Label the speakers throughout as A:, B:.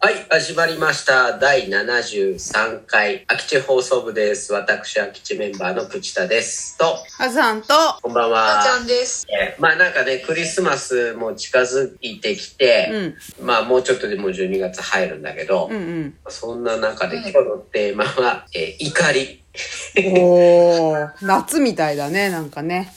A: はい、始まりました。第73回、空き地放送部です。私、空き地メンバーの口田です。と、
B: あさんと、
A: こんばんは。
C: あちゃんです。
A: えーまあなんかね、クリスマスも近づいてき
B: う
A: て、
B: ん、
A: まあもうちょっとでもう12月入るんだけど、
B: うん、
A: そんな中で
C: うん
A: 今日のテーマは、えー怒 り。
B: うん。おー、夏みたいだね、なん かね。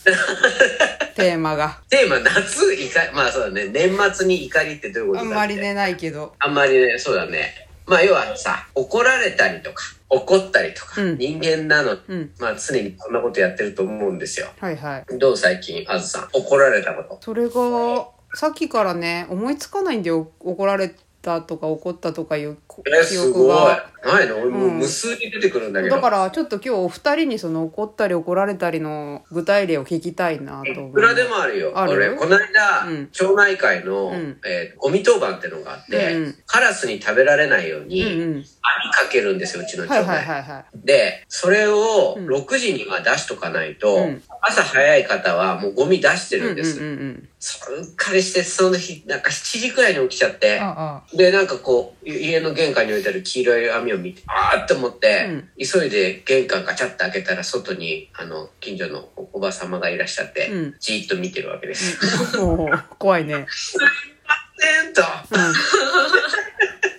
B: テーマが。
A: テーマ、夏、怒り、まあそうだね、年末に怒りってどういうことだ
B: あ
A: っ
B: ん
A: け
B: まり。寝ないけど。
A: あんまりね、そうだね。まあ要はさ、怒られたりとか、怒ったりとか、
B: うん
A: 人間なの、
B: うん。
A: まあ常にこんなことやってると思うんですよ。
B: はいはい。
A: どう最近、あずさん、怒られたこと。
B: それが、さっきからね、思いつかないんだよ。怒られたとか怒ったとかいうこ
A: え、
B: 記
A: す
B: 憶
A: ごい
B: が。。
A: ないの俺もううん無数に出てくるんだけど。
B: だからちょっと今日お二人にその怒ったり怒られたりの具体例を聞きたいなと思う。
A: いくらでもあるよ。
B: ある
A: 俺、この間、
B: うん
A: 町内会の、
B: うん
A: えーゴミ当番ってのがあって、
B: うんうん
A: カラスに食べられないよう
B: う
A: に、網
B: ん
A: かけるんですよ、うち
B: う
A: の
B: ん。
A: 町
B: はい
A: 内。
B: はいはいは
A: で、それを
B: うん
A: 6時には出しとかないと、
B: うん
A: 朝早い方はもうゴミ出して
B: い。うん
A: るん
B: うんう
A: です。
B: んうん。
A: それうっかりして、その日、なんか7時くらいに起きちゃって、
B: あ
A: で、なんかこう、家の玄関に置いてある黄色い網を見て、あーって思って、
B: うん
A: 急いで玄関ガチャッと開けたら、外に、あの、近所のおおば様がいらっしゃって、
B: うん
A: じーっと見てるわけです。
B: あ。 もう、怖いね。
A: えーっと、
B: うん。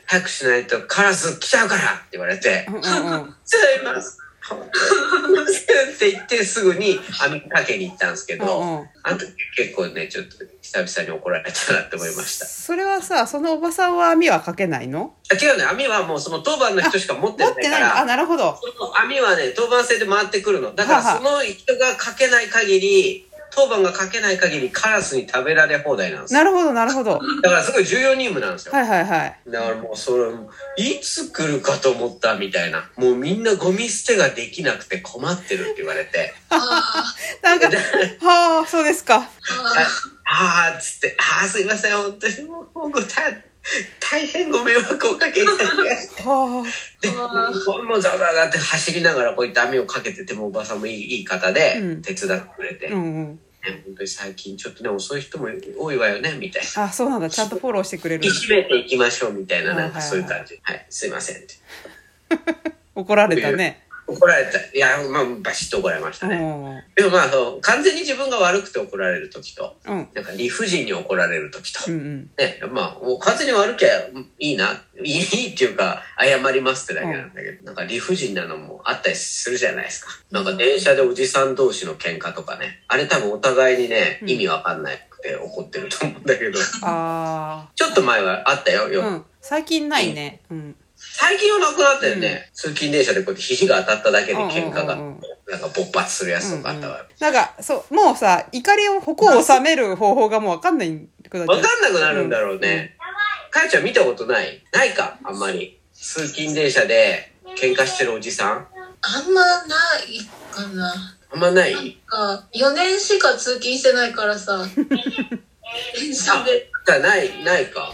A: 早くしないとカラス来ちゃうからって言われて、
B: うんうんうん。
A: ちゃいます。って言ってすぐに網かけに行ったんですけ ど、
B: うんうん
A: あの時結構ね、ちょっと久々に怒られたなって思いました。
B: それはさそのおばさんは網はかけないの
A: あ違うね、網はもうその当番の人しか持って
B: 持
A: ない
B: って
A: か
B: ないの
A: ら
B: あ、なるほど
A: その網はね、当番制で回ってくるの。だから
B: はは
A: その人がかけない限り、当番がかけない限りカラスに食べられ放題なんですよ。
B: なるほどなるほど
A: だからすごい重要任務なんですよ。
B: はいはいはい
A: だからもうそれ、いつ来るかと思ったみたいな。もうみんなゴミ捨てができなくて困ってるって言われて、
C: あ
B: なんかはあそうですか
C: あ
A: ああっつって、ああすいません、本当にもう、もうごた大変ご迷惑をおかけいただきました
B: は
A: で、
C: あ
A: もうザワザワって走りながらこういった網をかけててもおばさんもいいいい方で
B: うん
A: 手伝ってくれて、
B: あうんうん
A: ね本当に最近ちょっとね遅い人も多いわよねみたいな。
B: あそうなんだちゃんとフォローしてくれる
A: 引き締めていきましょうみたいな、なんか
B: はいはいはい
A: そういう感じ。はい、すいませんって。
B: 怒られたね
A: 怒られた。いや、まあ、バシッと怒られまし
B: う
A: たね。
B: んうん
A: でもまあ、その完全に自分が悪くて怒られる時と、
B: うん
A: なんか理不尽に怒られる時と
B: う、ん
A: ね、まあ、もう完全に悪きゃいいな、い いいいっていうか、謝りますってだけなんだけど、なんか理不尽なのもあったりするじゃないですか。なんか電車でおじさん同士の喧嘩とかね、あれ多分お互いにね、
B: うん
A: 意味わかんなくて怒ってると思うんだけど、
B: あ
A: ちょっと前はあったよ、
B: あ
A: よ、
B: うん最近ないねうん
A: 最近はなくなったよね、通勤電車でこうやって肘が当たっただけで喧嘩が、
B: うんうんうん
A: なんか勃発するや
B: う
A: つ
B: んう
A: と
B: ん
A: かあったわ。
B: なんかそうもうさ怒りを矛を収める方法がもう分かんないくなっちゃ
A: わ
B: う
A: かんなくなるんだろうね。かやちゃん見たことないないか、あんまり。通勤電車で喧嘩してるおじさん
C: あんまないかな。
A: あんまな
C: なん
A: い
C: か、4年しか通勤してないからさ。電車で。
A: かない、ないか。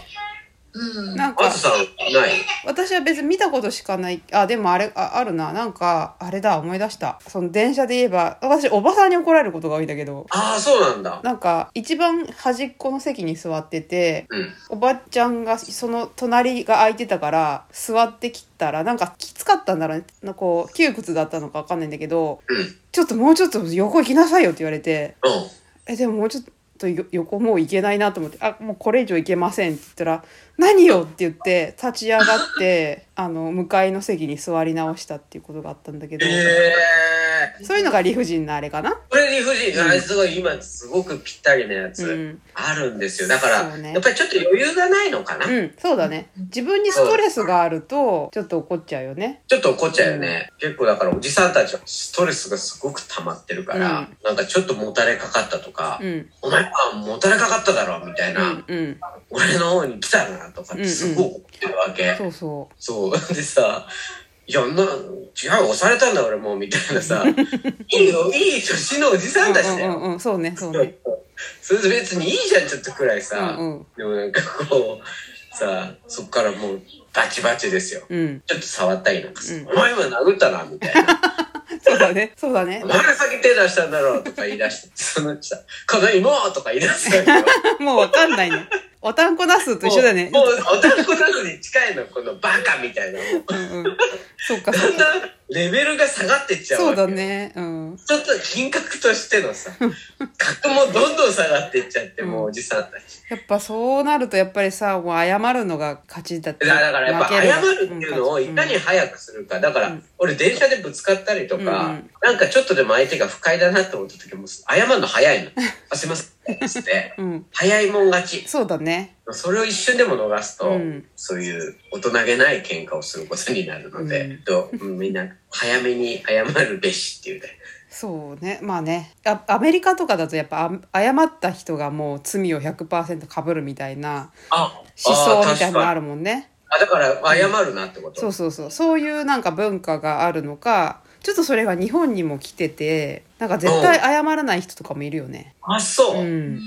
C: うん。
B: なん
A: あ
B: か
A: ずさん、ない。
B: 私は別に見たことしかないあでもあれああるななんかあれだ思い出したその電車で言えば私おばさんに怒られることが多いんだけど
A: ああ、そうなんだ。
B: なんか一番端っこの席に座ってて
A: うん。
B: おばちゃんがその隣が空いてたから座ってきたらなんかきつかったんだろうねなんかこう窮屈だったのかわかんないんだけど
A: うん。うん。
B: ちょっともうちょっと横行きなさいよって言われてえでももうちょっとよ横もう行けないなと思って「あもうこれ以上行けません」って言ったら「何よ!」って言って立ち上がって あの向かいの席に座り直したっていうことがあったんだけど、
A: ええ
B: そういうのが理不尽なあれかな。
A: これ理不尽。あれすごい、今、すごくぴったりなやつ、
B: うん、
A: あるんですよ。だから、
B: そうね
A: やっぱりちょっと余裕がないのかな。
B: うん、そうだね自分にストレスがあるとちょっと怒っちゃうよね。
A: ちょっと怒っちゃうよね。結構だから、おじさんたちはストレスがすごく溜まってるから、
B: うん
A: なんかちょっともたれかかったとか、
B: うん、
A: お前はもたれかかっただろ、みたいうな、
B: ん、うん、
A: 俺の方に来たな、とかってすごい怒ってるわけ。
B: そうそ
A: そう。で さ、いや、な、違う、押されたんだ俺も、みたいな さ、いいよ、いい年のおじ
B: う。
A: さんたちだ
B: うん、
A: よ。
B: うん、うん、そうね、そうね。
A: それで別にいいじゃん、ちょっとくらいうさ。
B: ん、うん、
A: でもなんかこう、さ、そっからもう、バチバチですよ。
B: うん、
A: ちょっと触ったりなんかさ、
B: うん
A: お前今殴ったな、みたい な。
B: そうだね、そうだね
A: お。前が先手出 したんだろう、とか言い出して、そのうちさ、この芋とか言い出すんだけど、
B: もうわかんないね。おたんこなす と一緒だね
A: もう、もうおたんこなすに近いの、このバカみ たいな。もう
B: うんうんそうか
A: だ
B: そうんか
A: だんレベルが下がってっちゃうわ
B: そう
A: け
B: だ。ねうん
A: ちょっと品格としてのさ、格もどんどん下がっていっちゃって、もうおじさんたち。
B: やっぱそうなるとやっぱりさもう謝るのが勝ちだって
A: だだからやっぱ
B: 負け
A: 謝
B: が
A: るっていうのをいかに早くするか。だか
B: う
A: ら
B: ん、
A: 俺電車でぶつかったりと
B: う
A: か
B: ん、
A: なんかちょっとでも相手が不快だなって思った時も、謝るの早 いの。あ、すいません。つって。
B: うんうん
A: 早いもん勝ち。
B: そうだね
A: それを一瞬でも逃すと、
B: うん
A: そういう大人げない喧嘩をすることになるので、
B: うん
A: とうんみんな早めに謝るべしっていうね。
B: そうねまあねあアメリカとかだとやっぱあ謝った人がもう罪を100%かぶるみたいな
A: あ、
B: 思想みたいなのあ
A: あー確かに
B: るもんね
A: あだから謝るなってこと。
B: そうそうそうそういうなんか文化があるのかちょっとそれが日本にも来ててなんか絶対謝らない人とかもいるよね
A: あ、そうう。
B: ん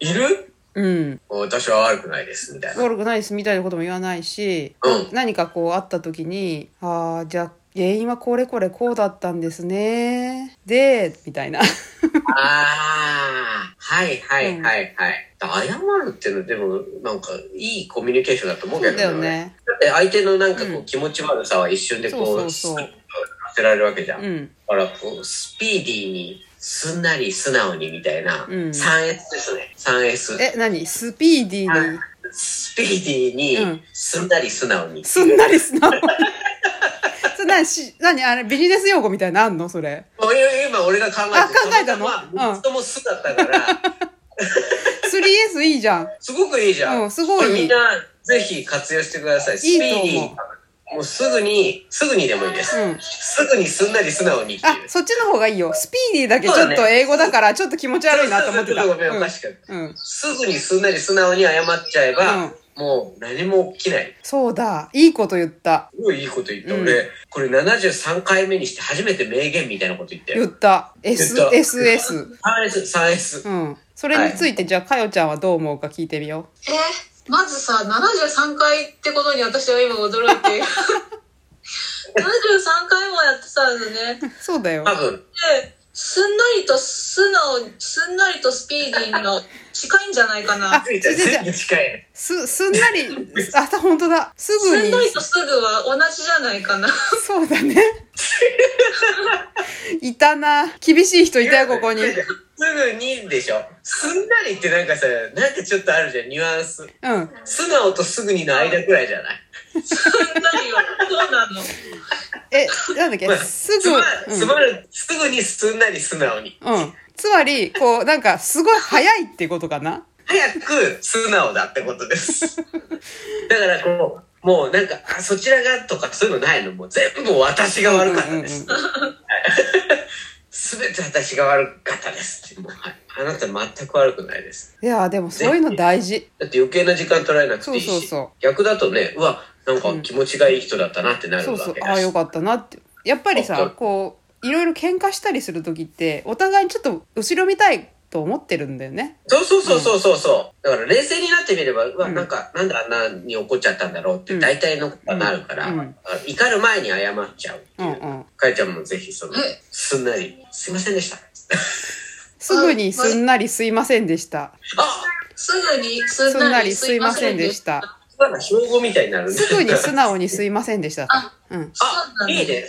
A: いる
B: うん
A: 私は悪くないです、みたいな。
B: 悪くないですみたいなことも言わないし、
A: うん
B: 何かこうあった時に「ああじゃあ原因はこれこれこうだったんですね」でみたいな
A: ああ、はいはいはいはい。謝るっていうのでも、なんかいいコミュニケーションだと思う
B: そ
A: け
B: う
A: ど
B: だよ。ね
A: だって相手のなんかこ
B: う
A: う気持ち悪さは一瞬でこう、
B: そうそうそう
A: スッとさせられるわけじゃん
B: う。ん
A: だからこうスピーディーにすんなり素直にみたいな、
B: うん
A: 3S ですね 3S
B: え何スピーディーに
A: スピーディ
B: う
A: ー
B: ん
A: にすんなり素直に、
B: すんなりすなそれ何し何あれビジネス用語みたいなのあんのそれ
A: もう今俺が考えて
B: あ考えたのうん
A: 3つとも素だったから、
B: 3S いいじゃん
A: すごくいいじゃん、
B: うんすごい
A: これみんなぜひ活用してくださいス
B: い
A: ピ
B: い
A: ー
B: と
A: デ
B: 思う
A: ィーにもうすぐにすぐにでもいいです、
B: うん
A: すぐにすんなり素直にっていう
B: あそっちの方がいいよスピーディーだけちょっと英語だからちょっと気持ち悪いなと思ってた
A: ちょっとごめん
B: うん
A: おかしかった
B: うん
A: すぐにすんなり素直に謝っちゃえば、
B: うん
A: もう何も起きない
B: そうだいいこと言った
A: すごいいいこと言った、
B: うん
A: 俺これ73回目にして初めて名言みたいなこと言って
B: 言った
A: 言った
B: SSS う
A: 3S3S
B: んそれについてじゃあかよちゃんはどう思うか聞いてみよ
C: えまずさ73回ってことに私は今驚い て73回もやってたんだね
B: うそうだよ
A: 多分
C: ですんなりと素直にすんなりとスピーディーの近いんじゃないかな
B: あ
A: ついた
B: 違う違う
A: 全部近い
B: すすんな りあ本当だすぐ
C: すん
B: に
C: なりとすぐは同じじゃない かな
B: そうだねいたな厳しい人いたよここに
A: すぐにでしょすんなりってなんかさなんかちょっとあるじゃんニュアンス
B: うん
A: 素直とすぐにの間くらいじゃない
C: すんなりはそうなの
B: えなんだっけ
A: まあ
B: す
A: つ
B: ぐ
A: ま
B: うん
A: つまるすぐにすんなり素直に
B: うん。つまり、こう、なんか、すごい早いってことかな
A: 早く素直だってことです だからこうもうなんかあそちらがとかそういうのないのもう全部私が悪かったです、
B: うんうんうん
A: すべて私が悪かったですって。もうはいあなた全く悪くないです。
B: いやー、でもそういうの大事。
A: だって余計な時間取られなくていいし。
B: そうそうそう
A: 逆だとね、うわ、なんか気持ちがいい人だったなってなる
B: そう
A: わけ
B: そう
A: だし。。
B: ああ、よかったなって。やっぱり
A: そう
B: さ、こう、いろいろ喧嘩したりするときって、お互いにちょっと後ろ見たいと思ってるんだよね。
A: そうそうそうそうそうそう。だから冷静になってみれば、うわ、
B: うん
A: なんか、なんであんなに怒っちゃったんだろうって大体のことはなるから、
B: うんう
A: あ
B: ん
A: 怒る前に謝っちゃうって
B: う
A: い
B: ん
A: う。
B: うん。
A: かえちゃんもぜひその
C: え、
A: すんなり、すいませんでした。
B: すぐにすんなりすいませんでした。
A: あ
C: すぐにす
B: す
C: ん
B: ん
C: な
B: な
C: り
B: りすいませんでした。
A: なんか標語みたいになるね
B: すぐに素直にすいませんでした。うん。
A: あ、いいね。